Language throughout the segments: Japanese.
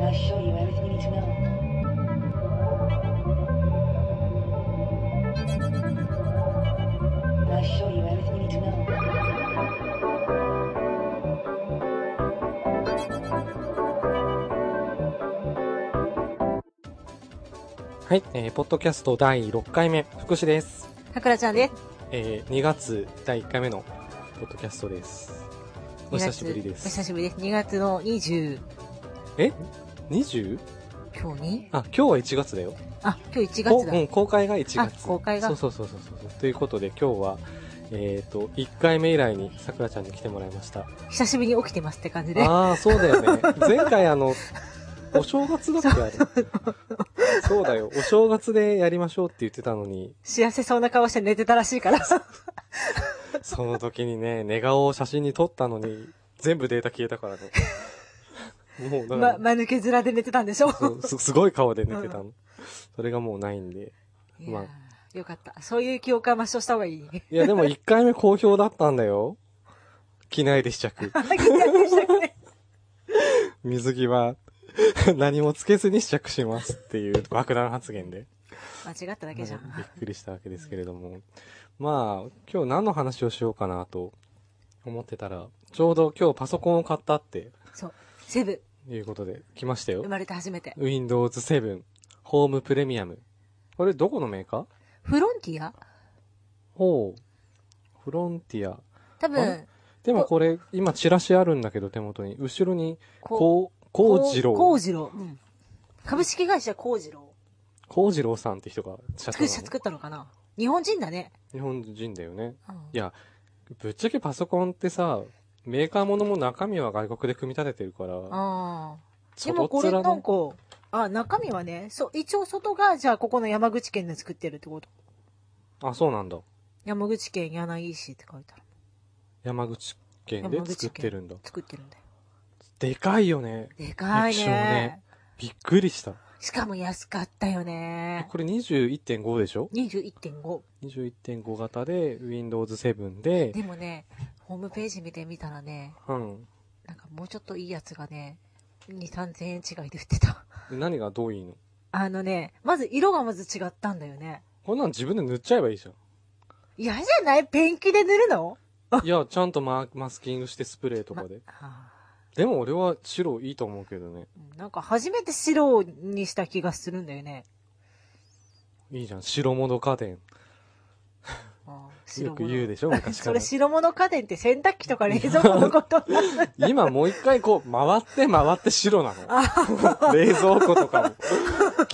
I show you everything you need to know. はい、えーポッドキャスト第6回目、福士です。さくらちゃんです。えー2月第1回目のポッドキャストです。お久しぶりでお久す。しぶりです。2月の20、え ?20? 今日にあ、今日は1月だよ。あ、今日1こ月だ。うん、公開が1月。あ公開がそうそうそうそうそう。ということで今日は、えっ、と、1回目以来にさくらちゃんに来てもらいました。久しぶりに起きてますって感じで。ああ、そうだよね。前回あの、お正月だっけ あれ。そうだよ。お正月でやりましょうって言ってたのに、幸せそうな顔して寝てたらしいから。その時にね、寝顔を写真に撮ったのに、全部データ消えたから ね。もう、だからま、、間抜け面で寝てたんでしょそうす、すごい顔で寝てたの。それがもうないんで。いまやーよかった。そういう記憶は抹消した方がいい。いや、でも1回目好評だったんだよ。着ないで試着。 水着は、何もつけずに試着しますっていう爆弾発言で。間違っただけじゃん。びっくりしたわけですけれども。まあ、今日何の話をしようかなと思ってたら、ちょうど今日パソコンを買ったってそう。セブ、いうことで来ましたよ生。まれて初めて。 Windows 7ホームプレミアム。これどこのメーカーフロンティアほう。フロンティア。多あ分れ、でもこれ、今チラシあるんだけど手元に。後ろに、ここう、こうじろう、こうう。じろう。うん。株式会社こうじろう。こうじろうさんって人が社長作な者の作ったのかな日本人だね。日本人だよね。うんいや、ぶっちゃけパソコンってさ、メーカーものも中身は外国で組み立ててるから、ああ。ちでょもこれっなんかの、、あ、中身はね、そう、一応外が、じゃあここの山口県で作ってるってこと。あ、そうなんだ。山口県柳井市って書いてある。山口県で作ってるんだ。作ってるんだよ。でかいよね。でかい液晶ね。ねびっくりした。しかも安かったよね。これ21.5でしょ21.5。 21.5型で Windows 7で、でもね、ホームページ見てみたらね、うん。なんかもうちょっといいやつがね、2、3000円違いで売ってた。で何がどういいのあのね、まず色がまず違ったんだよね。こんなん自分で塗っちゃえばいいじゃん。嫌じゃないペンキで塗るのいや、ちゃんとママスキングしてスプレーとかで。あーでも俺は白いいと思うけどね。うんなんか初めて白にした気がするんだよね。いいじゃん。白物家 電。あーよく言うでしょ、白物昔か そられ。白物家電って洗濯機とか冷蔵庫 のことな今もう一回こう、回って回って白なの。 冷蔵庫とかも。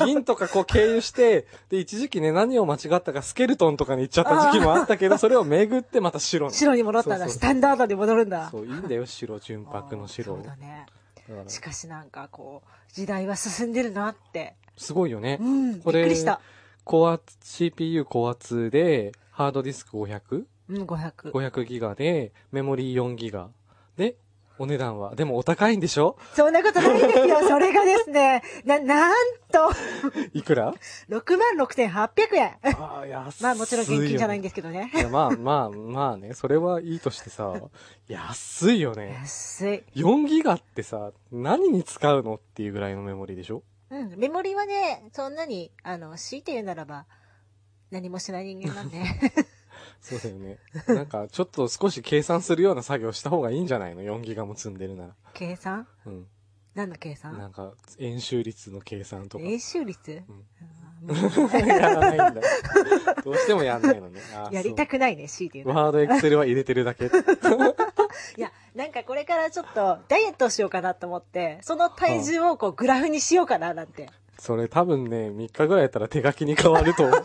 銀とかこう経由して、で、一時期ね、何を間違ったかスケルトンとかに行っちゃった時期もあったけど、それを巡ってまた白なの。白に戻ったんそうだ。そうスタンダードに戻るんだ。そう、いいんだよ、白、純あー白の白。そうだね。だからしかしなんかこう、時代は進んでるなって。すごいよねう。ん、びっ こくれりした。高圧、CPU 高圧で、ハードディスク 500?500 うん、500。ギガで、メモリー4ギガ。で、お値段は、でもお高いんでしょ そんなことないですよ。それがですね、な、なんと、いくら66,800円。ああ、安いよね。まあもちろん現金じゃないんですけどねい。や、まあまあまあね、それはいいとしてさ、安いよね。安い。 4ギガってさ、何に使うのっていうぐらいのメモリでしょうん、メモリはね、そんなに、あの、強いて言うならば、何もしない人間な んで。そうだよね。なんか、ちょっと少し計算するような作業した方がいいんじゃないの ?4 ギガも積んでるなら。計算うん。何の計な算んか、演習率の計算とか。練習率、うんあーもやらないんだ。どうしてもやんないのね。あーうやりたくないね、C っていうそうのは。ワードエクセルは入れてるだけ。いや、なんかこれからちょっとダイエットをしようかなと思って、その体重をこうグラフにしようかななんて。それ多分ね、3日ぐらいやったら手書きに変わると思 う。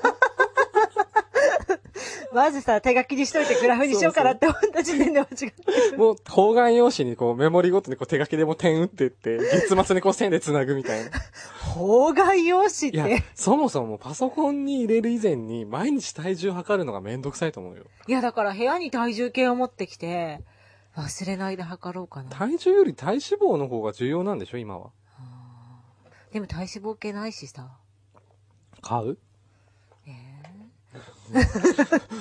まずさ、手書きにしといてグラフにしようかなって思った時点で間違った。もう、方眼用紙にこう、メモリごとにこう、手書きでもう点打ってって、月末にこう、線で繋ぐみ たいな。方眼用紙っいやて。、そもそもパソコンに入れる以前に、毎日体重測るのがめんどくさいと思うよ。いや、だから部屋に体重計を持ってきて、忘れないで測ろうかな。体重より体脂肪の方が重要なんでしょ、今は。でも体脂肪計ないしさ。買うえー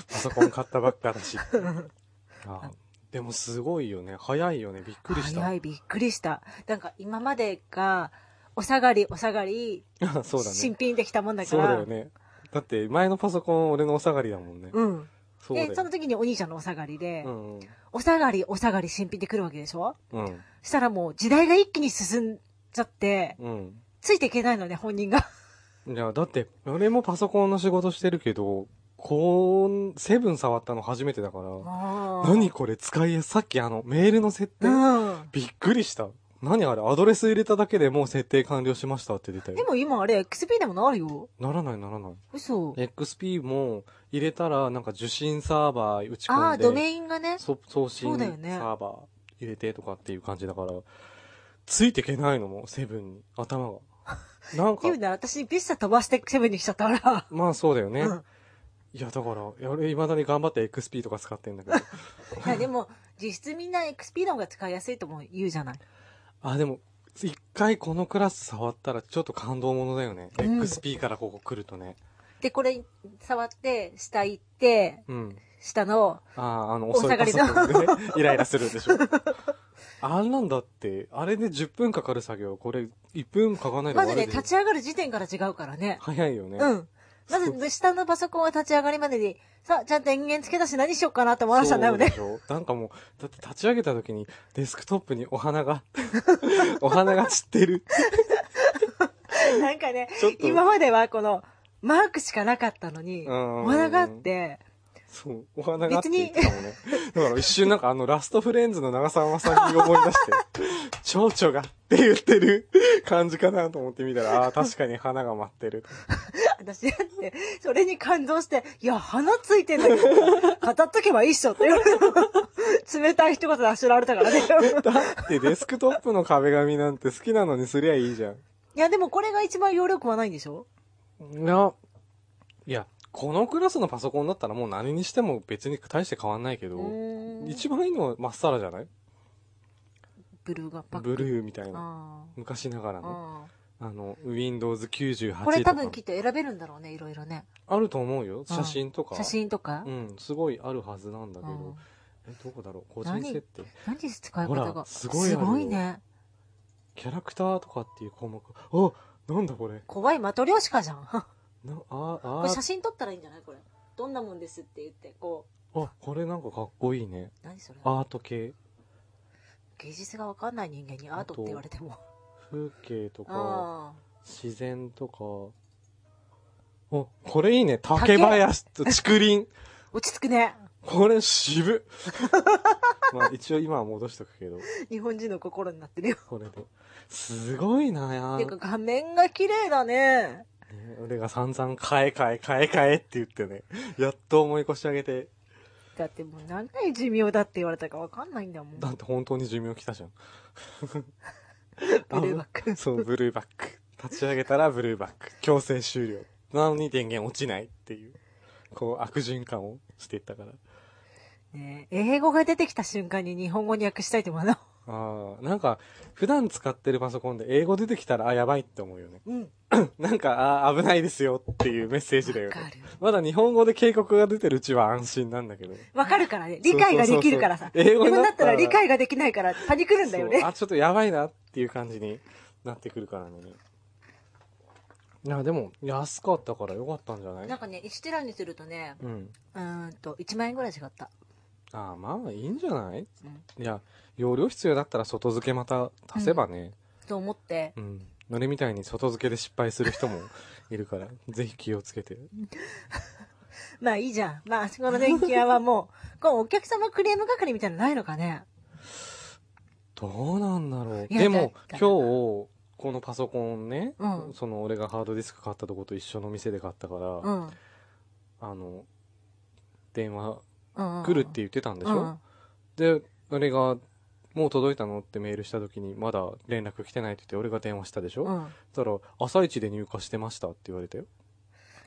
パソコン買ったばっかだ し。あでもすごいよね。早いよね。びっくりした。早い、びっくりした。なんか今までが、お下がり、お下がり、あ そうだね新。品できたもんだかそうら。だよね。だって、前のパソコン俺のお下がりだもんね。うん。そうだで、そよの。時にお兄ちゃんのお下がりで、うんうん。お下がり、お下がり新品で来るわけでしょうん。したらもう時代が一気に進んじゃって、うん。ついていけないのね、本人が。いや、だって、俺もパソコンの仕事してるけど、こう、セブン触ったの初めてだから、何何これ使いやすさっきあの、メールの設定、うん。びっくりした。何あれアドレス入れただけでもう設定完了しましたって出たでよ。も今あれ、XP でもなるよ。ならないならない。嘘。 XP も入れたらなんか受信サーバー打ち込んで。ああ、ドメインがね。そ送信そうサだよねーバー入れてとかっていう感じだから、ついてけないのも、セブンに、頭 が。なんってかいう、なら私、ビッサ飛ばしてセブンに来ちゃった から。まあそうだよね。うんいや、だから、いや俺、未だに頑張って XP とか使ってんだけ ど。いや、でも、実質みんな XP の方が使いやすいとも言うじゃない。あ、でも、一回このクラス触ったらちょっと感動ものだよね。うん XP からここ来るとね。で、これ、触って、下行って、うん。下の、ああ、あの、お遅い下がパりソのコンでね、 イライラするでしょ。あんなんだって、あれで10分かかる作業、これ1分かかんないでま終ずわね、るで立ち上がる時点から違うからね。早いよね。うん。まず、下のパソコンは立ち上がりまでに、さあ、ちゃんと電源つけたし何しようかなって思わなきゃだよね。そうでしょなんかもう、だって立ち上げた時にデスクトップにお花が、 お花が散ってる。 なんかね、ちょっと、今まではこの、マークしかなかったのに、うんお花があって、そう、お花がって言ってたもんね。だから一瞬なんかあのラストフレンズの長澤まさみを思い出 して、蝶々がって言ってる感じかなと思ってみたら、ああ、確かに花が舞ってる。私だって、それに感動して、いや、花ついてんだけ ど、語っとけばいいっしょって言われた冷たい一言であしらわれたからね。 だってデスクトップの壁紙なんて好きなのにすりゃいいじゃん。いや、でもこれが一番容量くはないんでしょいや、いや、このクラスのパソコンだったらもう何にしても別に大して変わんないけど、うーん一番いいのはまっさらじゃないブルーがパック。ブルーみたいな。あー昔ながらの。ああの、Windows 98とーか。これ多分きっと選べるんだろうね、いろいろね。あると思うよ。うん写真とか。写真とかう。ん、すごいあるはずなんだけうんど。え、どこだろう個人設定。何使い方ほがらすごいあるよねキャラクターとかっていう項目。あなんだこれ。怖いマトリョーシカじゃん こな、あ、れあ写、真撮ったらいいんじゃないこれどんなもんですって言ってこあ、これなんかかっこいいね。う何それアート系。芸術が分かんない人間にアートって言われても風景とか、あ自然とか。お、これいいね。竹林と竹林。あ落ち着くね これ渋っ。 まあ一応今は戻しとくけど。日本人の心になってるよこれで。すごいなやていうか画面が綺麗だねね俺が散々買え買え買え買えって言ってね、やっと思い越し上げて、だってもう何回寿命だって言われたか分かんないんだもんだって本当に寿命来たじゃん。ブルーバックそう、ブルーバック。立ち上げたらブルーバック。強制終了。なのに電源落ちないっていう、こう悪循環をしていったから。ねえ英語が出てきた瞬間に日本語に訳したいと思うなああ、なんか、普段使ってるパソコンで英語出てきたら、あ、やばいって思うよね。うんなんか、あー危ないですよっていうメッセージだよわかねる。まだ日本語で警告が出てるうちは安心なんだけど。わかるからね理解ができるからさそうそうそうそう英語自に分なだっったたらら理解ができないからパニクるんだよねそうあ、ちょっとやばいなっていう感じになってくるからね。いや、でも、安かったからよかったんじゃななんいかね、1テラにするとね、うん。うーんと、1万円ぐらい違った。ああ、まあ、いいんじゃないうんいや、容量必要だったら外付けまた足せばね。と思ってう、ん。俺みたいに外付けで失敗する人もいる から、ぜひ気をつけて。まあいいじゃん。まあ、あそこの電気屋はもう、 こうお客様クレーム係みたいなのないのかね。どうなんだろう。いやでも今だだ、日、このパソコンね、うんその俺がハードディスク買ったとこと一緒の店で買ったから、うん。あの、電話うん、来るって言ってたんでしょ、うんで、俺が、もう届いたのってメールした時に、まだ連絡来てないって言って、俺が電話したでしょ、うん。そしたら、朝一で入荷してましたって言われたよ。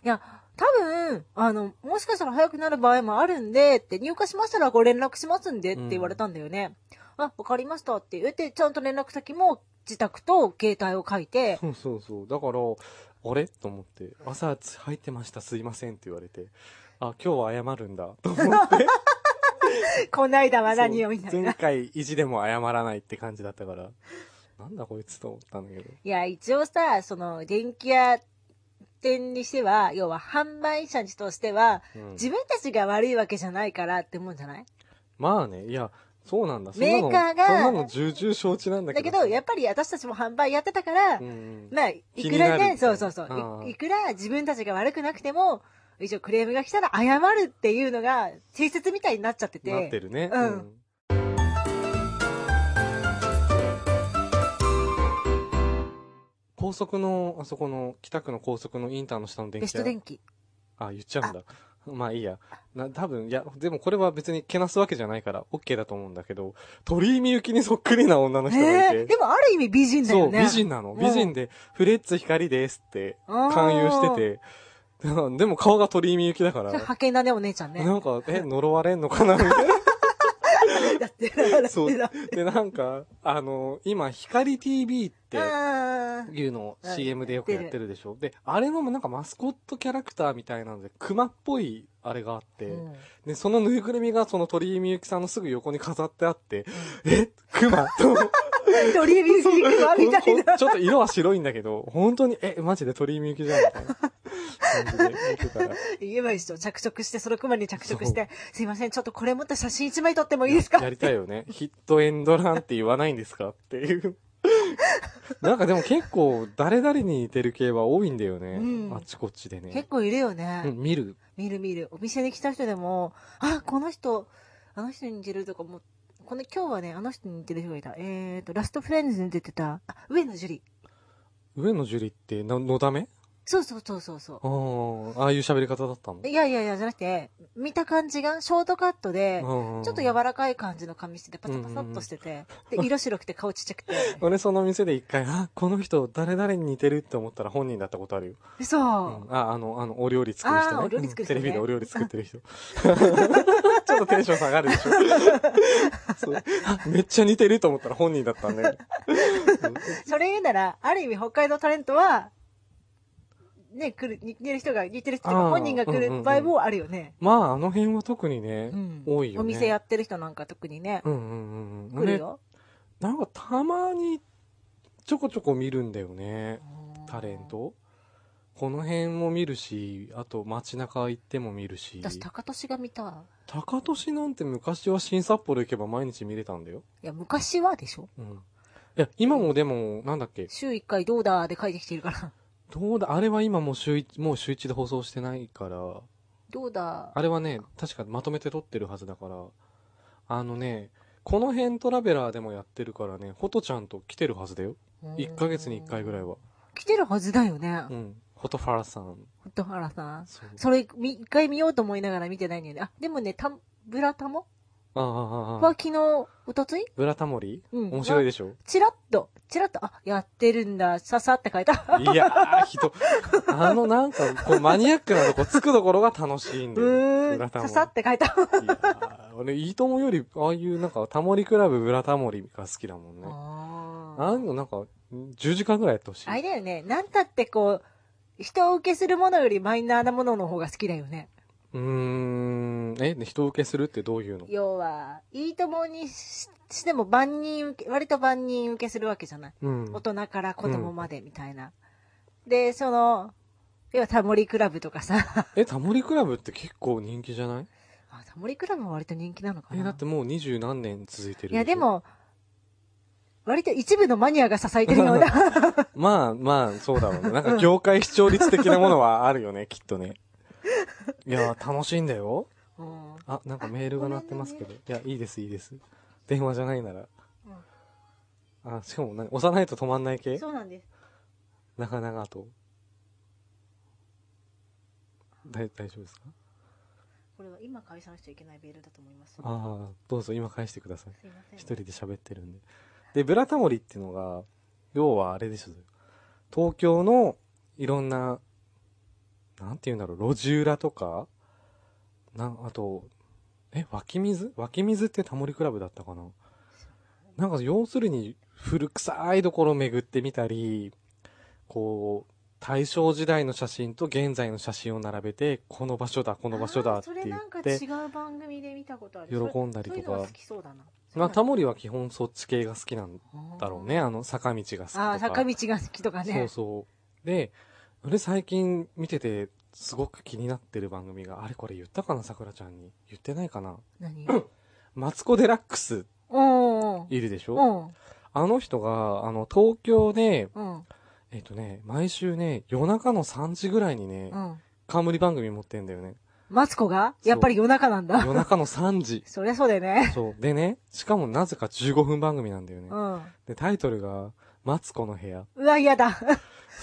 いや、多分、あの、もしかしたら早くなる場合もあるんで、って、入荷しましたらご連絡しますんで、って言われたんだよね。あ、わかりましたって言って、ちゃんと連絡先も、自宅と携帯を書いて、そうそうそう。だから、あれと思って、朝入ってました、すいませんって言われて、あ、今日は謝るんだ、と思って。こないだは何をみた いそうな前。回意地でも謝らないって感じだったから。なんだこいつと思ったんだけど。いや、一応さ、その、電気屋店にしては、要は販売者としては、うん、自分たちが悪いわけじゃないからってもんじゃないまあね、いや、そうなんだ。そんメなの、ーカーがそんなの重々承知なんだだけけど。ど、やっぱり私たちも販売やってたから、うんうん、まあ、い気くになるらね、そうそうそああうい、いくら自分たちが悪くなくても、一応クレームが来たら謝るっていうのが、定説みたいになっちゃってて。なってるね。うん高速の、あそこの、北区の高速のインターの下の電気ベ屋スト電気。あ、言っちゃうんだ。まあいいや。な、多分、いや、でもこれは別にけなすわけじゃないから、OK だと思うんだけど、鳥居みゆきにそっくりな女のえ人がいて。ーでもある意味美人だそよう、ね。美人なの。うん美人で、フレッツ光ですって、あー勧誘してて、でも顔が鳥居みゆきだかそられ、派遣だね、お姉ちゃんね。なんか、え、呪われんのかなみたいな。だって、だっ てそうだって。で、なんか、あの、今、光 TV ってあーいうのをうん CM でよくやってるでしょ。で、あれのなんかマスコットキャラクターみたいなので、熊っぽいあれがあって、うんで、そのぬいぐるみがその鳥居みゆきさんのすぐ横に飾ってあって、え熊と、鳥居ミュージックはみた いな。ちょっと色は白いんだけど、本当に、え、マジで鳥居みゆきじゃんみたいな感じで見てたら。言えばいいっしょ。着色して、そのクマに着色して、すいません、ちょっとこれ持って写真一枚撮ってもいいですかやりたいよね。ヒットエンドランって言わないんですかって いう。なんかでも結構、誰々に似てる系は多いんだよね。うんあっちこっちでね結。構いるようね。ん、見る。見る見る。お店に来た人でも、あ、この人、あの人に似てるとかも、この今日はね、あの人に似てる人がいた。えーと、ラストフレンズに出てた、あ上野樹里。上野樹里っての、のだめそうそうそうそうそあーああいう喋り方だったのう。いやいやいや、じゃなくて、見た感じが、ショートカットで、ちょっと柔ばらかい感じの髪してて、パサパサっとしてて、で、色白くて顔ちっちゃくて。俺その店で一回、あ、この人誰々に似てるって思ったら本人だったことあるよ。嘘、うんあ、あの、あの、お料理作る人ね。あーお料理作る人ねうんテレビでお料理作ってる 人。ちょっとテンション下がるでしょ。そうあめっちゃ似てると思ったら本人だったんだよ。それ言うなら、ある意味北海道タレントは、ね、来る、似てる人が、似てる人とあかー本人が来うんうんうるん場合もあるよね。まあ、あの辺は特にね、うん多いよね。お店やってる人なんか特にね、うんうんうんう来ん。るね、よ。なんかたまにちょこちょこ見るんだよね。うんタレン。ト。この辺も見るし、あと街中行っても見るし。私、高俊が見たわ。高年なんて昔は新札幌行けば毎日見れたんだよ。いや、昔はでしょうん。いや、今もでも、なんだっけ、週1回どうだで書いてきてるから。 どうだ、あれは今もう週一、もう週一で放送してないから、どうだあれはね、確かまとめて撮ってるはずだから、あのね、この辺トラベラーでもやってるからね、ホトちゃんと来てるはずだよ。1ヶ月に1回ぐらいは。は。来てるはずだよね。うん。ホトファラさん。蛍原さん。そうそれ、み一回見ようと思いながら見てないんだよね。あ、でもね、た、ブラタモああ、ああ、はああ。昨日、おとついブラタモリうん面白いでしょチラッと、チラッと、あ、やってるんだ、ささって書いた。いやー、ひど。あの、なんか、こう、マニアックなとこ、つくところが楽しいんうだよ。ブーラん、タさモリさって書いた。 いやー俺、いいともより、ああいう、なんか、タモリクラブ、ブラタモリが好きだもんね。あああいうの、なんか、ん10時間ぐらいやってほしい。あれだよね、なんたってこう、人を受けするものよりマイナーなものの方が好きだよね。うーん、え、人受けするってどういうの要は、いいともにししても万人受け、割と万人受けするわけじゃない。うん大。人から子供までみたいな。で、その、要はタモリクラブとかさ。え、タモリクラブって結構人気じゃないあタモリクラブは割と人気なのかな。え、だってもう二十何年続いてる。いや、で。も、割と一部のマニアが支えてるような。 まあまあ、そうだろうね。なんか、業界視聴率的なものはあるよね、きっとね。いやー、楽しいんだよ。うんあ、なんかメールが鳴ってますけど。いや、いいです、いいです。電話じゃないなら。あ、しかも何、押さないと止まんない系そうなんです。なかなかと。だい大丈夫ですかこれは今返さなくちゃいけないベールだと思います。ああ、どうぞ今返してください。すいません。一人で喋ってるんで。で、ブラタモリっていうのが、要はあれでしょ。東京のいろんな、なんていうんだろう、路地裏とか、な、あと、え、湧き水湧き水ってタモリクラブだったかななんか要するに古臭いところを巡ってみたり、こう、大正時代の写真と現在の写真を並べて、この場所だ、この場所だってあーそれ言なんかっ違て、う番組で見たことある。喜んだりそういとうのはか好、きそうだな。まあ、タモリは基本そっち系が好きなんだろうね。ああの、坂道が好きとか。あー、坂道が好きとかね。そうそう。で、俺最近見てて、すごく気になってる番組が、あれこれ言ったかな、さくらちゃんに。言ってないかな。何マツコ・デラックスうん。うん。いるでしうょん。あの人が、あの、東京で、うん。えっ、とね、毎週ね、夜中の3時ぐらいにね、うん。冠番組持ってんだよね。マツコがやっぱり夜中なんだ。夜中の3時 。そりゃそうだよね。そう。でね、しかもなぜか15分番組なんだよねう。ん。で、タイトルが、マツコの部屋。うわ、嫌だ。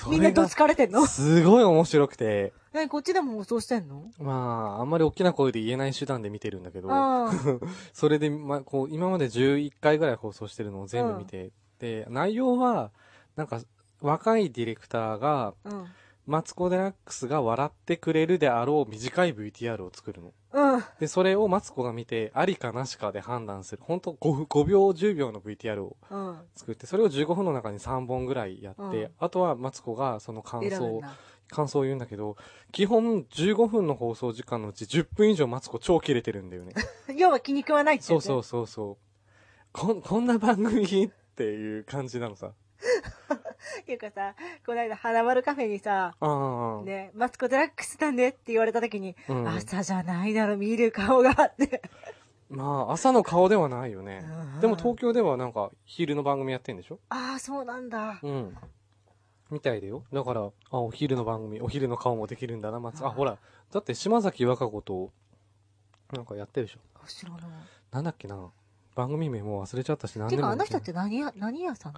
そみんなれどがつかれてんのすごい面白くて、何こっちでも放送してんのまあ、あんまり大きな声で言えない手段で見てるんだけど、うん。それで、まあ、こう、今まで11回ぐらい放送してるのを全部見て、で、内容は、なんか、若いディレクターが、うん。マツコ・デラックスが笑ってくれるであろう短い VTR を作るの。うん。で、それをマツコが見て、ありかなしかで判断する。ほんと 5, 5秒、10秒の VTR をうん。作って、それを15分の中に3本ぐらいやって、うんあとはマツコがその感選想ぶんをだ。感想を言うんだけど、基本15分の放送時間のうち10分以上待つ子超切れてるんだよ ね。要は気に食わないって。そうそううそうそう。こん、こんな番組っていう感じなのさ。っていうかさ、この間、花丸カフェにさ、ああ。ね、マツコデラックスだねって言われた時に、うん、朝じゃないだろ、見る顔がって。まあ、朝の顔ではないよね。でも東京。京ではなんか、昼の番組やってんでしょああ、そうなんだ。うん。みたいだよ。だから、あ、お昼の番組、お昼の顔もできるんだな、松。ああ、あほら。だって島崎和歌子と、なんかやってるでしょ。知らない。なんだっけな。番組名もう忘れちゃったし、何てでもか、やあってなのい。人って何屋、何屋 さん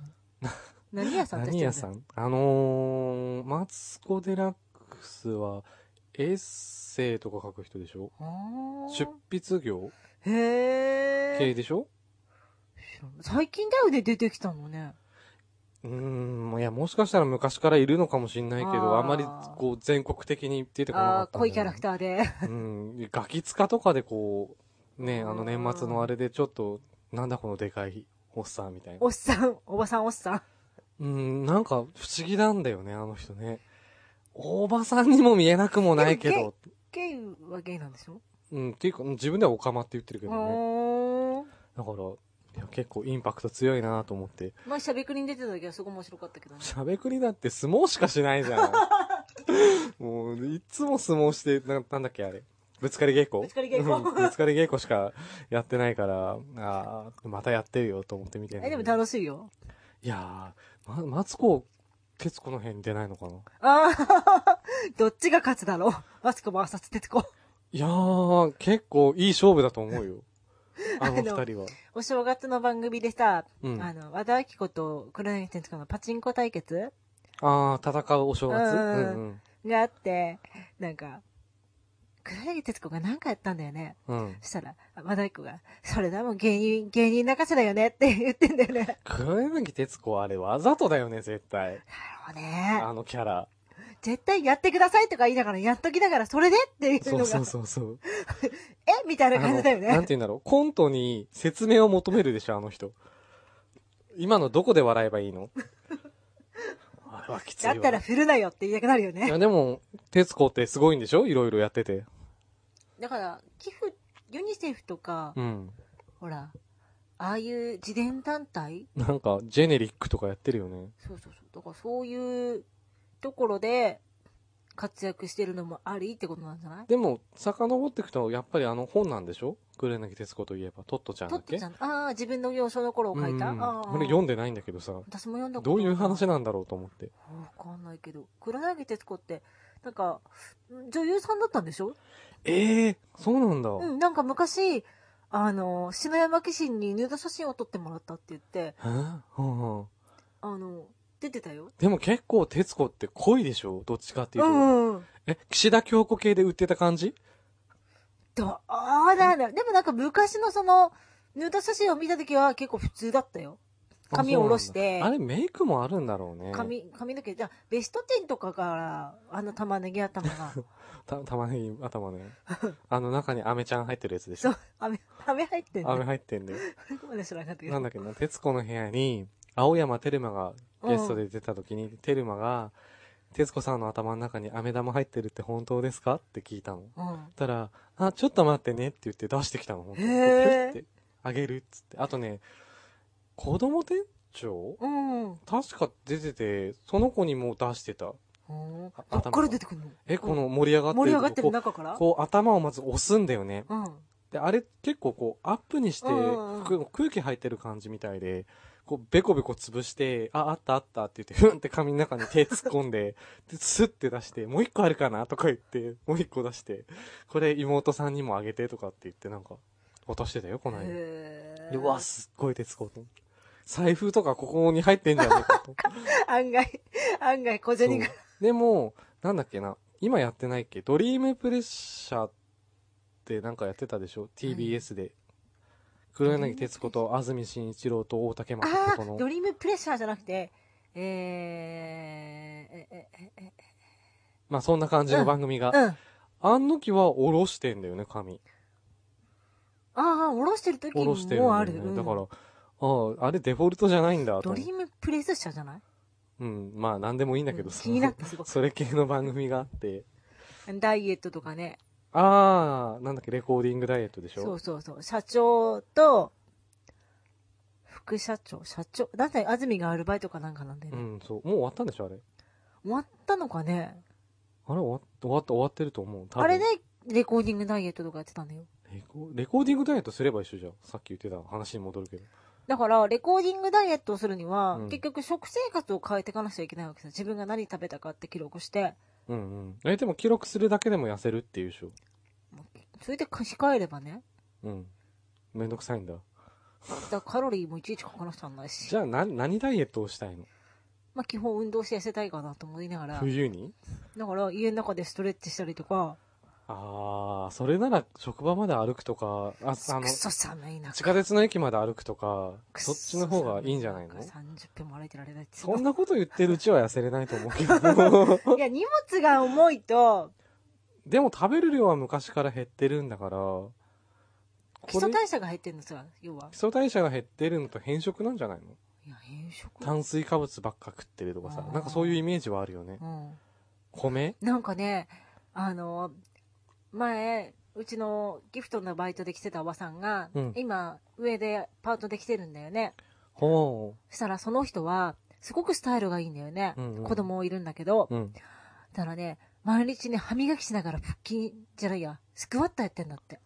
何屋さんって何屋さんんあのー、マツコ・デラックスは、エッセイとか書く人でしょ出筆業へ系え。でしょ最近だよね、出てきたのね。うーん、いや、もしかしたら昔からいるのかもしんないけど、ああーんまり、こう、全国的に出てこなかあっあー、たんだよね、濃いキャラクターで。 ー。うん、ガキツカとかでこう、ね、ああーの年末のあれでちょっと、なんだこのでかいおっさんみたいなお。っさん、おばさんおっさん。うん、なんか不思議なんだよね、あの人ね。おばさんにも見えなくもないけでもど、ゲイはゲイなんでしょうん、っていうか、うん自分ではオカマって言ってるけどね。おーだから、いや結構インパクト強いなと思って。前しゃべくりに出てた時はすごい面白かったけどね。しゃべくりだって相撲しかしないじ ゃん。もう、いつも相撲して、ななんだっけあれ。ぶつかり稽古ぶつかり稽古うんぶつかり稽古しかやってないから、ああ、またやってるよと思って見てんだえ、けどでも楽しいよ。いやー、ま、マツコ、徹子の辺出ないのかなああ、 どっちが勝つだろう。マスコ VS 徹子。いやー、結構いい勝負だと思う よ。あの二あの人は。お正月の番組でさ、うん。ああの、和田明子と黒柳徹子のパチンコ対決あー、戦うお正月。ううんんうん。があって、なんか、黒柳徹子がなんかやったんだよね。うん。そしたら、和田明子が、それだもん芸人、芸人泣かせだよねって言ってんだよね。なる黒柳徹子はあれわざとだよね、絶対。ほどね。あのキャラ。絶対やってくださいとか言いながら、やっときながら、それでっていうそのうそがう、そうそう。えみたいなあ感のじだよなんね。て言うんだろう。コントに説明を求めるでしょ、あの人。今のどこで笑えばいいのあれはきついだわ。ったら振るなよって言いたくなるよいね。や、でも、徹子ってすごいんでしょいろいろやってて。だから、寄付、ユニセフとか、うん。ほら、ああいう自伝団体なんか、ジェネリックとかやってるよね。そうそうそう。だからそういうところで活躍してるのもありってことなんじゃないでも、遡っていくと、やっぱりあの本なんでしょ黒柳徹子といえば、トットちゃんとだっってけちゃん、ああ、自分の幼少の頃を書いた、うんうんああ。俺読んでないんだけどさ、私も読んだことどういう話ななんだろうと思って。いわかんないけど。黒柳徹子って、なんか、女優さんだったんでしょええそうなんだ。うん、なんか昔、あの、篠山紀信にヌード写真を撮ってもらったって言って、はあうんうんあの、出てたよ。でも結構、徹子って濃いでしょどっちかっていううと。ん、うん。え、岸田京子系で売ってた感じどうなんだ。でもなんか昔のその、ヌード写真を見た時は結構普通だったよ。髪を下ろしあそうてなんだあれメイクもあるんだろうね。髪、髪の毛、じゃあベスト10とかから、あの玉ねぎ頭 が。た、玉ねぎ頭 ね。あの中に飴ちゃん入ってるやつでしそょう、飴、飴入ってん飴の。入ってんだ よ。そこまで知らなかったけど。なんだっけな、徹子の部屋に、青山テルマがゲストで出た時に、テルマが、徹子さんの頭の中に飴玉入ってるって本当ですかって聞いたの。うん。たら、あ、ちょっと待ってねって言って出してきたの、本当へーって。あげるっつって。あとね、子供店長うん。確か出てて、その子にも出してた。うんあどっから出てくるのえ、この盛り上がって盛り上がってるこ中からうこう頭をまず押すんだよね。うん。で、あれ結構こうアップにして、うんうんうんく空気入ってる感じみたいで、こうベコベコ潰して、あ、あったあったって言って、ふんって髪の中に手突っ込んで、 で、スッて出して、もう一個あるかなとか言って、もう一個出して、これ妹さんにもあげてとかって言ってなんか、渡してたよ、この間。へでーうわ、すっごい手つこうと思って。財布とかここに入ってんじゃねえかと。案外、案外小そう銭が。でも、なんだっけな、今やってないっけ、ドリームプレッシャーってなんかやってたでしょ ?TBS で。黒柳徹子と安住紳一郎と大竹ああ誠ー、のド。リームプレッシャーじゃなくて、えー、え、え、え、え、まあそんな感じの番組が。うん。ああんのきは下ろしてんだよね、髪。あ、下ろしてる時下ろしてるんもだあよる。うね。んだから、ああ、あれデフォルトじゃないんだとド思リう。ームプレッシャーじゃないうん、まあなんでもいいんだけうどんさ気になってすご い。それ系の番組があって。ダイエットとかね。ああ、なんだっけ、レコーディングダイエットでしょそうそうそう。社長と、副社長、社長。だって安住がアルバイトかなんかなんでうね。ん、そう。もう終わったんでしょ、あれ。終わったのかねあれ終わっ終わった、終わってると思う。多分あれで、レコーディングダイエットとかやってたんだよ。レコレコーディングダイエットすれば一緒じゃん。さっき言ってた話に戻るけど。だから、レコーディングダイエットをするには、うん結局食生活を変えていかなくちゃいけないわけですよ。自分が何食べたかって記録して、うんうん。え、でも記録するだけでも痩せるっていうでしょ。それで書き換えればね、うん。めんどくさいんだ。だからカロリーもいちいち書かなくちゃなんないしじ、ゃあ、な、何ダイエットをしたいのまあ基本運動して痩せたいかなと思いながら、冬にだから家の中でストレッチしたりとか、ああ、それなら職場まで歩くとか、あ、あのく、そ寒いな。地下鉄の駅まで歩くとか、くそっちの方がいいんじゃないの寒中 ?30 分も歩いてられないっつうそのんなこと言ってるうちは痩せれないと思うけ ど。いや、荷物が重いと、でも食べる量は昔から減ってるんだから、こ基れ礎代謝が減ってるんですよ、要は基。礎代謝が減ってるのと変色なんじゃないのいや、変色。炭水化物ばっか食ってるとかさあ、ーなんかそういうイメージはあるよねう。ん。米なんかね、あの、前、うちのギフトのバイトで来てたおばさんが、うん今、上でパートで来てるんだよね。ほそしたらその人は、すごくスタイルがいいんだよね。うんうん子供いるんだけど、う。うん。だからね、毎日ね、歯磨きしながら腹筋じゃないや、スクワットやってんだって。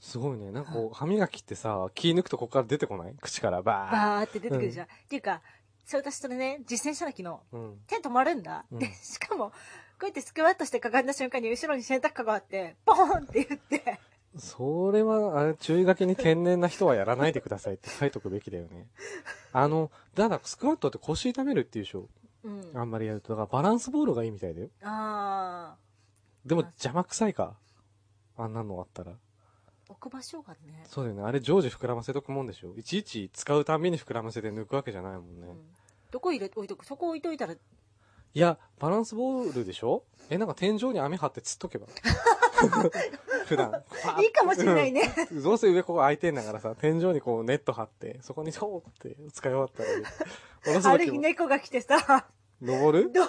すごいね。なんかこう、歯磨きってさ、気抜くとここから出てこない口からバーバーって出てくるじゃん。っていうか、それ私それね、実践した時の、うん。手止まるんだ。うんで、しかも、こうやってスクワットしてかがんだ瞬間に後ろに洗濯かがあって、ポーンって言って、それは、あれ、注意書きに天然な人はやらないでくださいって書いとくべきだよ ね。あの、ただ、スクワットって腰痛めるっていうでしょ。うん。あんまりやると。だからバランスボールがいいみたいだよ。あでも邪魔くさいか。あんなのあったら。ー、置く場所がね。そうだよね。あれ常時膨らませとくもんでしょ。いちいち使うたんびに膨らませて抜くわけじゃないもんね。うんどこ入れ置いとくそこ置いといたら、いや、バランスボールでしょえ、なんか天井に網張ってつっとけ ば。普段。いいかもしれないね。うん。どうせ上ここ空いてんだからさ、天井にこうネット張って、そこにそうって使い終わったらいい、下ろすあ時る日も猫が来てさ、登るどう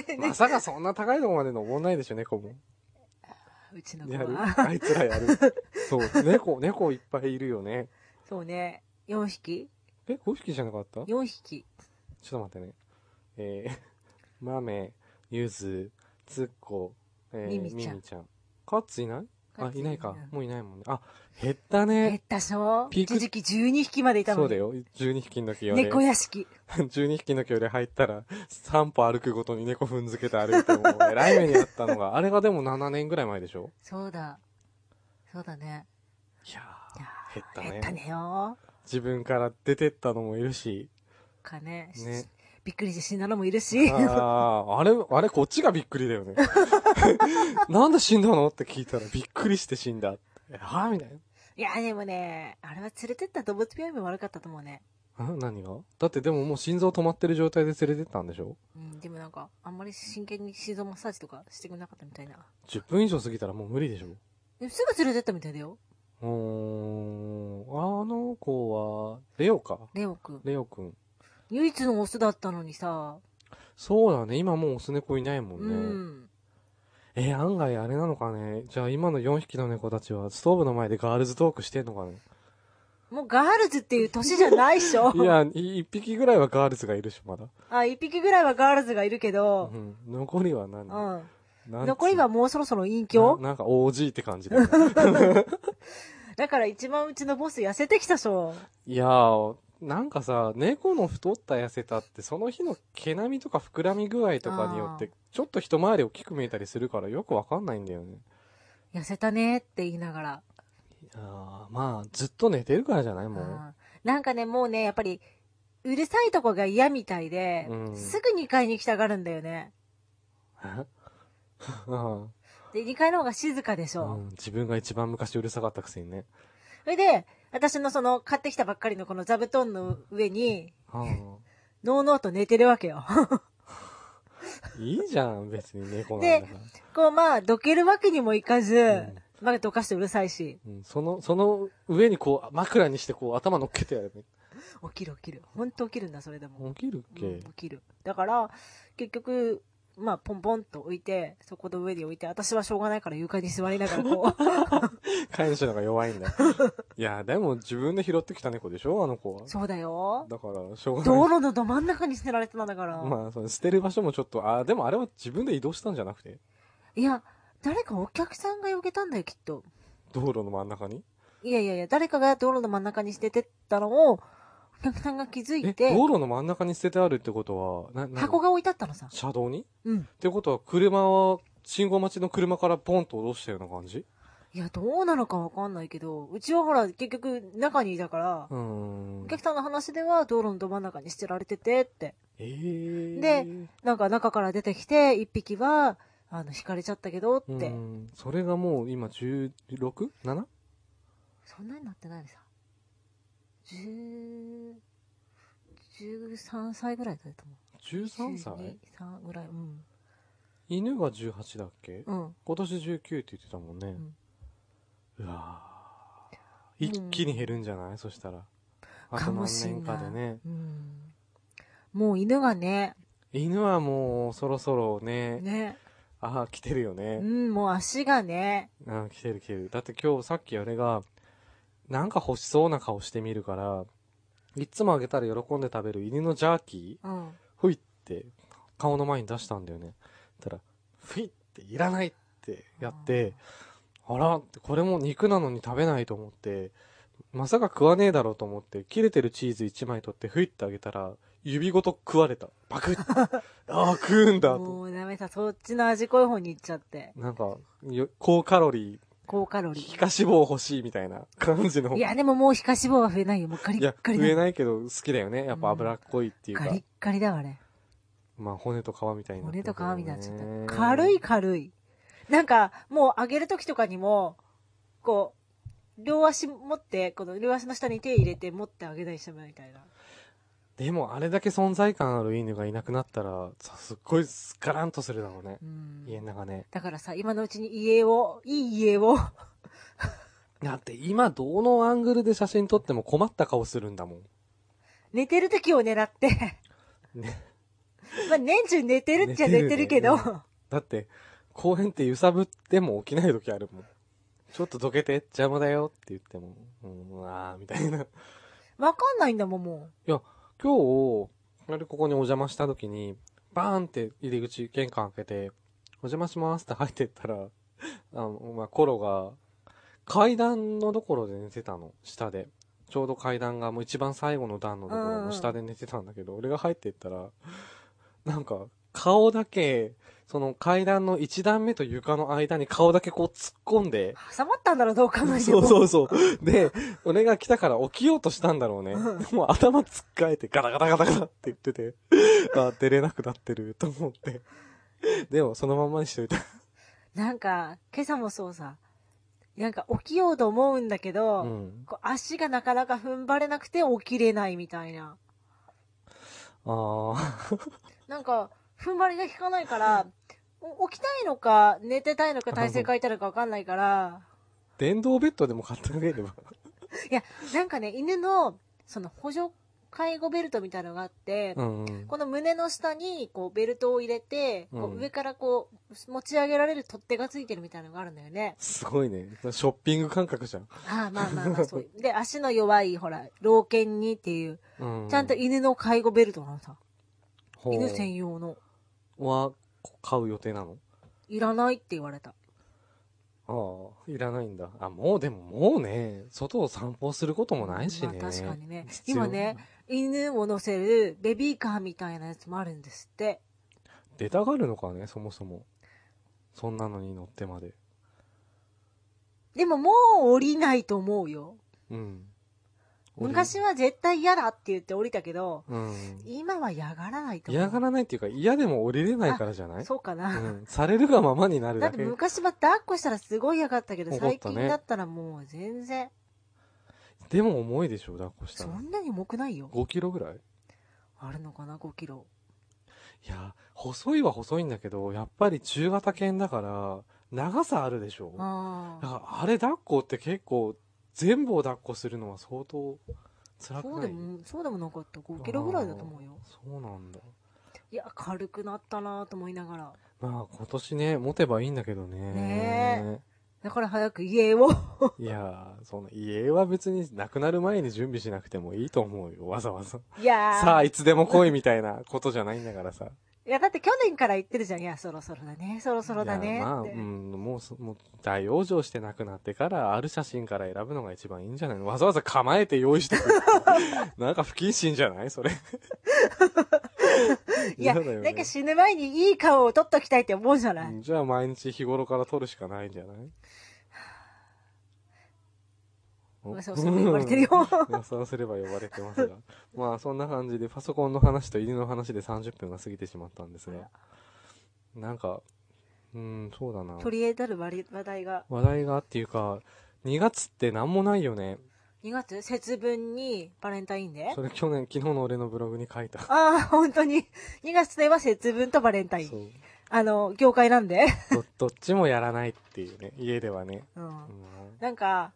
ってねま、さかそんな高いとこまで登んないでしょ、猫も。うちの子やるは。あいつら やる。そう、猫、猫いっぱいいるよね。そうね、4匹え、5匹じゃなかったちょっ ?4 匹。と待ってね。えー、 豆、ゆず、つっこ、えー、ミミちゃんちゃん。カッツいないあ、いないか。うもういないもんね。あ、減ったん減ねっ。たでしょピーク一時期12匹までいたそのうだに。よ。12匹の清で。 猫屋敷。 12匹の清で入ったら、3歩歩くごとに猫踏んづけて歩いてもう、 えらい目にあったのが、あれがでも7年ぐらい前でしょそうだ。そうだね。いやいやー、減ったーね。減ったねよ。自分から出てったのもいるし。かね。ねびっくりして死んだのもいるし。あーあれ、あれ、こっちがびっくりだよね。 なんで死んだのって聞いたら、びっくりして死んだ。えはぁみたいな。 いや、でもね、あれは連れてった動物病院も悪かったと思うね。ん何がだってでももう心臓止まってる状態で連れてったんでしょうん、でもなんか、あんまり真剣に心臓マッサージとかしてくれなかったみたいな。 ?10 分以上過ぎたらもう無理でしょでもすぐ連れてったみたいだよ。うーん、あの子は、レオか。レオくん。レオくん。唯一のオスだったのにさ。そうだね、今もうオス猫いないもんうね。ん。えー案外あれなのかね。じゃあ今の4匹の猫たちは、ストーブの前でガールズトークしてんのかね。 もうガールズっていう年じゃないっしょ。いや、い一匹ぐらいはガールズがいるし、まだ。あ、一匹ぐらいはガールズがいるけうど、ん。残りは何うん。なんつ残りはもうそろそろ隠な居なんか OG って感じだね。 だから一番うちのボス痩せてきたっしょ。いやー、なんかさ、猫の太った痩せたって、その日の毛並みとか膨らみ具合とかによって、ちょっと一回り大きく見えたりするからよくわかんないんだよね。痩せたねって言いながら。あーまあ、ずっと寝てるからじゃないもう。うんなんかね、もうね、やっぱり、うるさいとこが嫌みたいで、うんすぐ2階に来たがるんだよね。 うんで、2階の方が静かでしうょ。ん、自分が一番昔うるさかったくせにね。それで、私のその、買ってきたばっかりのこの座布団の上に、うんのうのうと寝てるわけよ。 いいじゃん、別に猫なんだから。こう、まあ、どけるわけにもいかず、んまあ、どかしてうるさいし、うん、その、その上にこう、枕にしてこう、頭乗っけてやる。起きる起きる。ほんと起きるんだ、それでも。起きるっけ、うん起きる。だから、結局、まあ、ポンポンと置いて、そこの上に置いて、私はしょうがないから床に座りながら こう。飼い主の方が弱いんだ よ。いや、でも自分で拾ってきた猫でしょあの子は。そうだよ。だから、しょうがな道い。路のど真ん中に捨てられてたんだから。まあ、その捨てる場所もちょっと、あでもあれは自分で移動したんじゃなくていや、誰かお客さんが避けたんだよ、きっと。道路の真ん中にいやいやいや、誰かが道路の真ん中に捨ててったのを、お客さんが気づえ、いて、道路の真ん中に捨ててあるってことは、な、な箱が置いてあったのさ。車道にうん。ってことは、車は、信号待ちの車からポンと落としたような感じいや、どうなのかわかんないけど、うちはほら、結局、中にいたから、うーんお。客さんの話では、道路のど真ん中に捨てられててって。えー、でなんか中から出てきて、一匹は、あの、惹かれちゃったけどっうて。ん、それがもう今 16?7? そんなになってないのさ。十、十三歳ぐらいだと思う。 13歳 ?12、3ぐらい。うん。犬が18だっけうん。今年19って言ってたもんね。うわー一気に減るんじゃないそしたら。あかとも何し年んないかでね。うん。もう犬がね、犬はもうそろそろね、ね、ああ、来てるようね。ん、もう足がね、ああ、来てる来てる。だって今日さっき俺が、なんか欲しそうな顔してみるから、いつもあげたら喜んで食べる犬のジャーキーうん。ふいって顔の前に出したんだよね。たら、ふいっていらないってやって、あらってこれも肉なのに食べないと思って、まさか食わねえだろうと思って、切れてるチーズ1枚取ってふいってあげたら、指ごと食われた。パクッ ああ、食うんだと。もうダメさ、そっちの味濃い方に行っちゃって。なんか、よ高カロリ高カロー、リ皮ー。下脂肪欲しいみたいな感じの。いや、でももう皮下脂肪は増えないよ。もうガリいッや、ガリ食えだ。ないけど好きだよね。やっぱ脂っこいっていうかガ、リッガリだわ、あれ。まあ骨と皮みたいになって骨るとけどね。皮みたいになっちゃった。軽い軽い。なんか、もう上げるときとかにも、こう、両足持って、この両足の下に手入れて持ってあげたりしてもらうみたいな。でもあれだけ存在感ある犬がいなくなったらさすっごいスカランとするだろうねう、ん。家の中ねだからさ、今のうちに家を、いい家を。だって今どのアングルで写真撮っても困った顔するんだもん寝てる時を狙って、ね まあ年中寝てるっちゃ寝てるけど、寝てるだって公園って揺さぶっても起きない時あるもんちょっとどけて邪魔だよって言ってもうんあーみたいなわかんないんだもん、も今日あれここにお邪魔した時にバーンって入り口玄関開けてお邪魔しますって入ってったら あの、まあ、コロが、階段のところで寝てたの、下で。ちょうど階段がもう一番最後の段のところの下で寝てたんだけど、俺が入ってったら、なんか、顔だけ、その階段の一段目と床の間に顔だけこう突っ込んで、う。挟まったんだろう、どう考えても。そうそうそう。で、俺が来たから起きようとしたんだろうね。うもう頭つっかえてガタガタガタガタって言ってて、あ、出れなくなってると思って。でも、そのまんまにしといた。なんか、今朝もそうさ、なんか起きようと思うんだけど、うん。こう足がなかなか踏ん張れなくて起きれないみたいな。ああ。なんか、踏ん張りが効かないから、お起きたいのか、寝てたいのか、体勢変えたのか分かんないから、電動ベッドでも買ってあげれば。いや、なんかね、犬の、その補助介護ベルトみたいなのがあって、うんうん。この胸の下にこうベルトを入れて、こううん上からこう持ち上げられる取っ手がついてるみたいなのがあるんだよね。すごいね。ショッピング感覚じゃん。ああまあまあ まあそういう。で、足の弱いほら、老犬にっていう、うちゃんと犬の介護ベルトなのさ。犬用専用の。は買う予定なのいらないって言われた。ああ、いらないんだ。あ、もうでももうね、外を散歩することもないしね。まあ確かにね必要今ね。犬を乗せるベビーカーみたいなやつもあるんですって。出たがるのかね、そもそも。そんなのに乗ってまで。でももう降りないと思うよ。うん。俺昔、は絶対嫌だって言って降りたけど、うん。今は嫌がらないと思う。嫌がらないっていうか、嫌でも降りれないからじゃないそうかな。うん。されるがままになるだだってけ。昔は抱っこしたらすごい嫌がったけど、怒ったね最近だったらもう全然、でも重いでしょ、抱っこしたそら。んなに重くないよ。 5キロぐらいあるのかな、5キロ。いや、細いは細いんだけど、やっぱり中型犬だから、長さあるでしょ。あだあ。から、あれ抱っこって結構、全部を抱っこするのは相当辛くそうなでいも、そうでもなかった。5キロぐらいだと思うよ。そうなんだ。いや、軽くなったなと思いながら。まあ、今年ね、持てばいいんだけどね。ねだから早く家を。いやー、その家は別に亡くなる前に準備しなくてもいいと思うよ、わざわざ。いやー。 さあ、いつでも来いみたいなことじゃないんだからさ。いや、だって去年から言ってるじゃん。いや、そろそろだね、そろそろだいね。やまあ、っうてん、もうそ、もう、大往生して亡くなってから、ある写真から選ぶのが一番いいんじゃないのわざわざ構えて用意してくる。 なんか不謹慎じゃない それ。い嫌や、だよねなんか死ぬ前にいい顔を撮っときたいって思うじゃない。じゃあ毎日日頃から撮るしかないんじゃないまあそうそう言われ てるよ。予想すれば呼ばれてます が。まあそんな感じでパソコンの話と犬の話で30分が過ぎてしまったんですが。なんか、うん、そうだな。取り至る話題が。話題がっていうか、2月って何もないよね。 2月節分にバレンタインデーそれ去年、昨日の俺のブログに書いた。ああ、本当に。2月といえば節分とバレンタイそン。うあの、業界なんで。ど。どっちもやらないっていうね、家ではね。うんう。んなんか、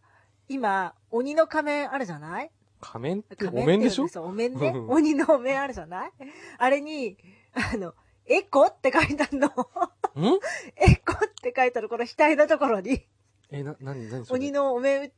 今、鬼の仮面あるじゃない仮面って仮お面面でしょそう、お面ねうん。鬼のお面あるじゃないあれに、あの、エコって書いてあるの。 んエコって書いてある、この額のところに。え、な、なに、なにそれ鬼のお面、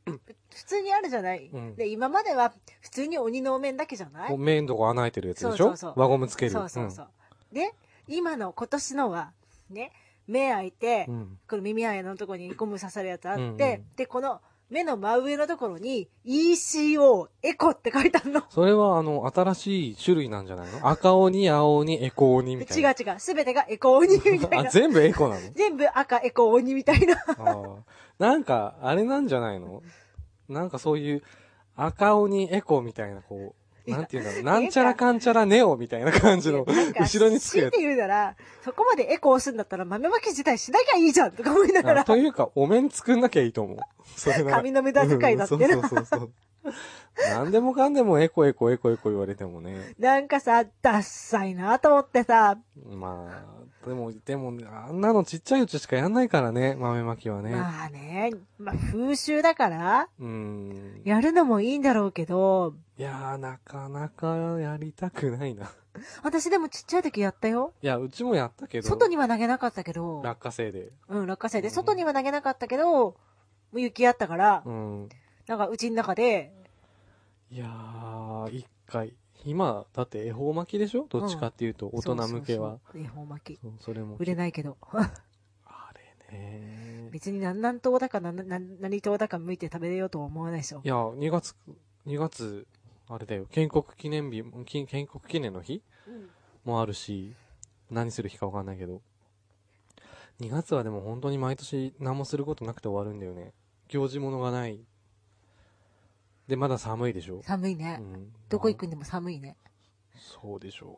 普通にあるじゃない、うんで、今までは普通に鬼のお面だけじゃないこう面とこ穴開いてるやつでしょそうそうそう輪ゴムつける。そうそうそう。で、今の、今年のは、ね、目開いて、うん。うんこの耳あやのところにゴム刺さるやつあって、うんうんで、この目の真上のところに ECO、エコって書いてあるの。それは、あの、新しい種類なんじゃない の赤鬼、青鬼、エコ鬼みた違いうな。違う、すべてがエコ鬼みたいあ、な。全部エコなの全部赤エコ鬼み たいな。あーなんか、あれなんじゃないのなんかそういう、赤鬼、エコみたいな、こう、なんていうんだろう。なんちゃらかんちゃらネオみたいな感じの、なんか後ろにつく強やいつて。言うなら、そこまでエコ押すんだったら豆まき自体しなきゃいいじゃんとか思いながあら。というか、お面作んなきゃいいと思う。それなら髪の無駄遣いだってなうんそうそう そうそう。なんでもかんでもエコエコエコエコ言われてもね。なんかさ、ダッサいなと思ってさ、まあ、でも、でも、あんなのちっちゃいうちしかやんないからね、豆まきはね。まあね、まあ風習だから、うーん。やるのもいいんだろうけど、いやー、なかなかやりたくないな。私でもちっちゃい時やったよ。いや、うちもやったけど、外には投げなかったけど、落花生で。うん、落花生うで、ん外には投げなかったけど、もう雪あったからう、ん。なんかうちの中で、いやー、一回。今、だって恵方巻きでしょどっちかっていうと、大人向けは。そうそうそう。恵方巻き。そうそれも。売れないけど。 あれね。別に何南東だか何何何東だか向いて食べようとは思わないでしょい。や、2月、2月、あれだよ、建国記念日、き建国記念の日うんもあるし、何する日かわかんないけど。2月はでも本当に毎年何もすることなくて終わるんだよね。行事ものがない。で、まだ寒いでしょ、寒いうね。ん、どこ行くんでも寒いね。そうでしょ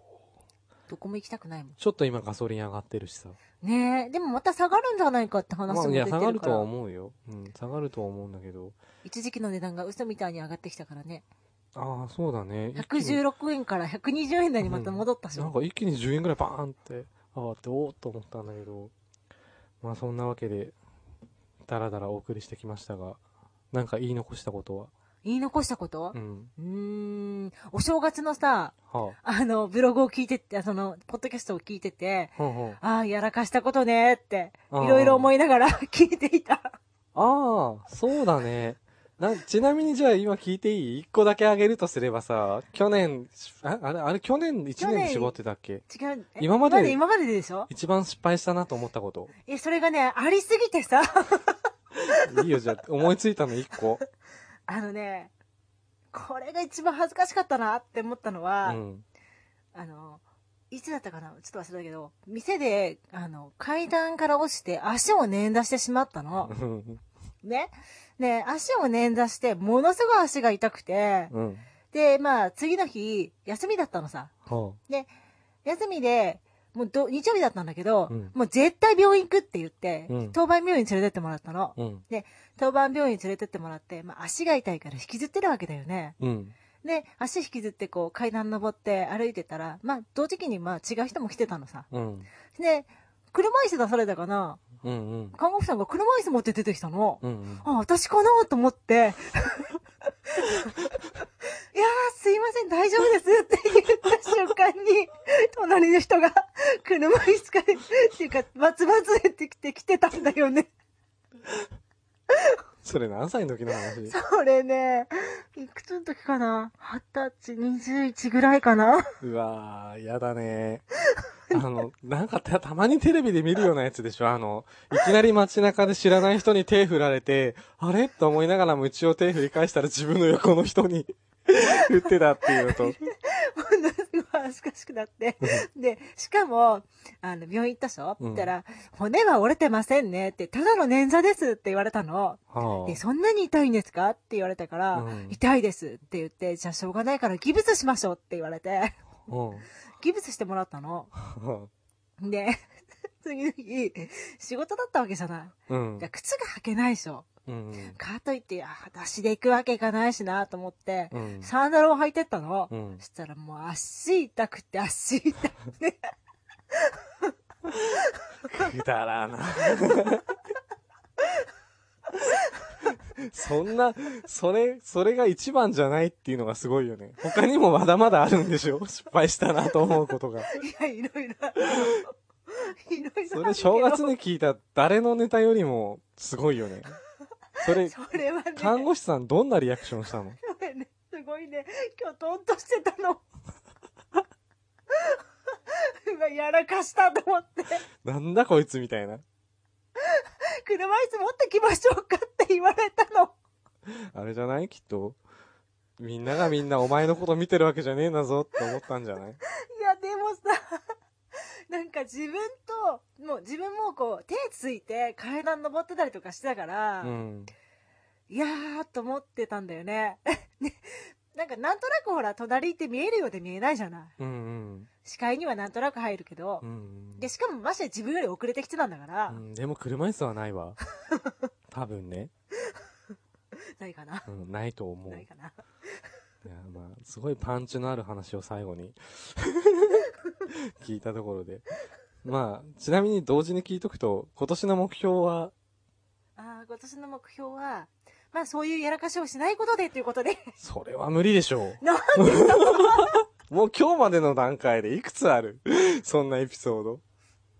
どこも行きたくないもんう。ちょっと今ガソリン上がってるしさ。ねえ、でもまた下がるんじゃないかって話まもあ、い出てや、る下がるかとはら、思うよ。うん、下がるとは思うんだけど。一時期の値段が嘘みたいに上がってきたからね。ああ、そうだね。一気に116円から120円台にまた戻ったでしなんょ。か一気に10円ぐらいバーンって上がって、おーっと思ったんだけど、まあそんなわけで、だらだらお送りしてきましたが、なんか言い残したことは。言い残したことうん。うーん、お正月のさ、はあの、ブログを聞いてって、あその、ポッドキャストを聞いてて、あ。はんはんああ、やらかしたことねって、いうんろいろ思いながら 聞いていた。ああ、そうだね。な、ちなみにじゃあ今聞いていい一個だけあげるとすればさ、去年、ああれ、あれ去年一年で絞ってたっけ違う。え今までだ今まででしょ一番失敗したなと思ったこと。え、それがね、ありすぎてさ、 いいよ、じゃあ思いついたの一個。あのね、これが一番恥ずかしかったなって思ったのうは、ん。あの、いつだったかなちょっと忘れたけど、店で、あの、階段から落ちて足を捻挫してしまったの。うん。ね。ね、足を捻挫して、ものすごい足が痛くて、うん。で、まあ、次の日、休みだったのさ。は休みで、もうど、日曜日だったんだけど、うんもう絶対病院行くって言って、うん当番病院連れてってもらったの。あ。うん。当番病院連れてってもらって、まあ、足が痛いから引きずってるわけだよね。うん。で、足引きずってこう階段登って歩いてたら、まあ、同時期にまあ違う人も来てたのさ。うん。で、車椅子出されたかなうん。うん。看護婦さんが車椅子持って出てきたの。うん。あ、私かなと思って。いやー、すいません、大丈夫ですって言った瞬間に、隣の人が、車椅子から、っていうか、バツバツって来て、来てたんだよね。それ何歳の時の話それね、いくつの時かな二十歳、二十一ぐらいかなうわー、やだねー。あの、なんかたたまにテレビで見るようなやつでしょあの、いきなり街中で知らない人に手振られて、あれと思いながらも一応手振り返したら自分の横の人に 振ってたっていうの と。ものすごい恥ずかしくなって。で、しかも、あの、病院行ったでしょって言ったら、骨は折れてませんねって、ただの捻挫ですって言われたの。はで、そんなに痛いんですかって言われたから、うん痛いですって言って、じゃあしょうがないからギブスしましょうって言われて、 あ。うん。ギブスしてもらったの。で、 次の日、仕事だったわけじゃない。うんじゃあ靴が履けないでしょ。うん。かといって、あ、裸足で行くわけいかないしなと思って、うん。サンダルを履いてったの。うんそしたらもう足痛くて足痛くて。くだらな。 そんな、それ、それが一番じゃないっていうのがすごいよね。他にもまだまだあるんでしょ失敗したなと思うことが。いや、い ろいろある。いろいろあるけど。それ正月に聞いた誰のネタよりもすごいよね。それ、それはね。看護師さんどんなリアクションしたのごめんね、すごいね、今日トンとしてたの。今やらかしたと思って、なんだこいつみたいな。車椅子持ってきましょうかって言われたの。あれじゃないきっと。みんながみんなお前のこと見てるわけじゃねえなぞって思ったんじゃないいや、でもさ、なんか自分と、もう自分もこう、手ついて階段登ってたりとかしてたから、うん。いやーと思ってたんだよね。 ねなんかなんとなくほら、隣って見えるようで見えないじゃない。うんうん。視界にはなんとなく入るけど、うんで、しかもまして自分より遅れてきてたんだから、うん、でも車椅子はない わ。多分ね、ないかな。うん、ないと思う。いないかな。や、まあ、すごいパンチのある話を最後 に聞いたところで。まあ、ちなみに同時に聞いとくと、今年の目標は、ああ、今年の目標は、まあそういうやらかしをしないことでというこ とで。それは無理でしょう。なんで もう今日までの段階でいくつあるそんなエピソード。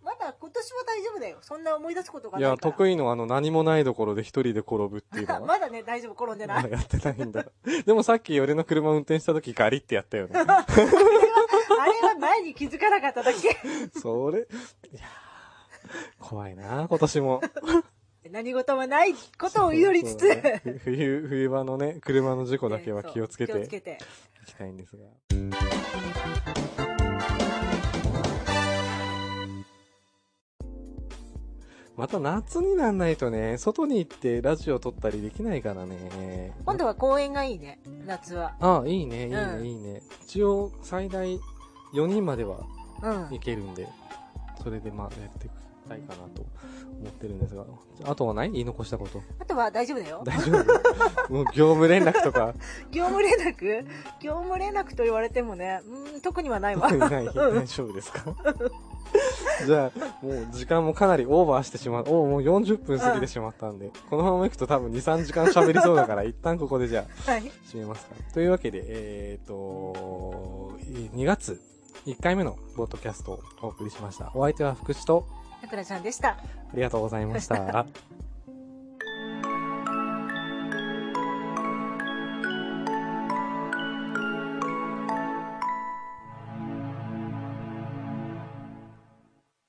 まだ今年は大丈夫だよ。そんな思い出すことがいないから。や、得意のあの何もないところで一人で転ぶっていう のは。まだね、大丈夫、転んでなまい。だやってないんだ。でもさっき俺の車運転した時ガリってやったよね。 あれは前に気づかなかっただけ。 それ、いやー怖いな今年も。何事もないことを祈りつつ、 そうねふ冬、冬場のね、車の事故だけはそう気をつけ気をてつけて。いきたいんですが。また夏になんないとね、外に行ってラジオ撮ったりできないからね。今度は公園がいいね、夏は。ああ、いいね、いいね、うんいいね。一応、最大4人まではうんい。けるんで、それでまあやっていきたいかなと思ってるんですが、あとはない言い残したこと。あとは大丈夫だよ。大丈夫もう業務連絡とか業務連絡業 務連絡と言われてもね、うーん、特にはないわ。ない大丈夫ですかじゃあ、もう時間もかなりオーバーしてしまう。おうもう40分過ぎてしまったんで、このまま行くと多分2、3時間喋りそうだから、一旦ここでじゃあ、はい。締めますか。というわけで、えー、と、2月1回目のボッドキャストをお送りしました。お相手は福士と、さくらちゃんでした。ありがとうございました。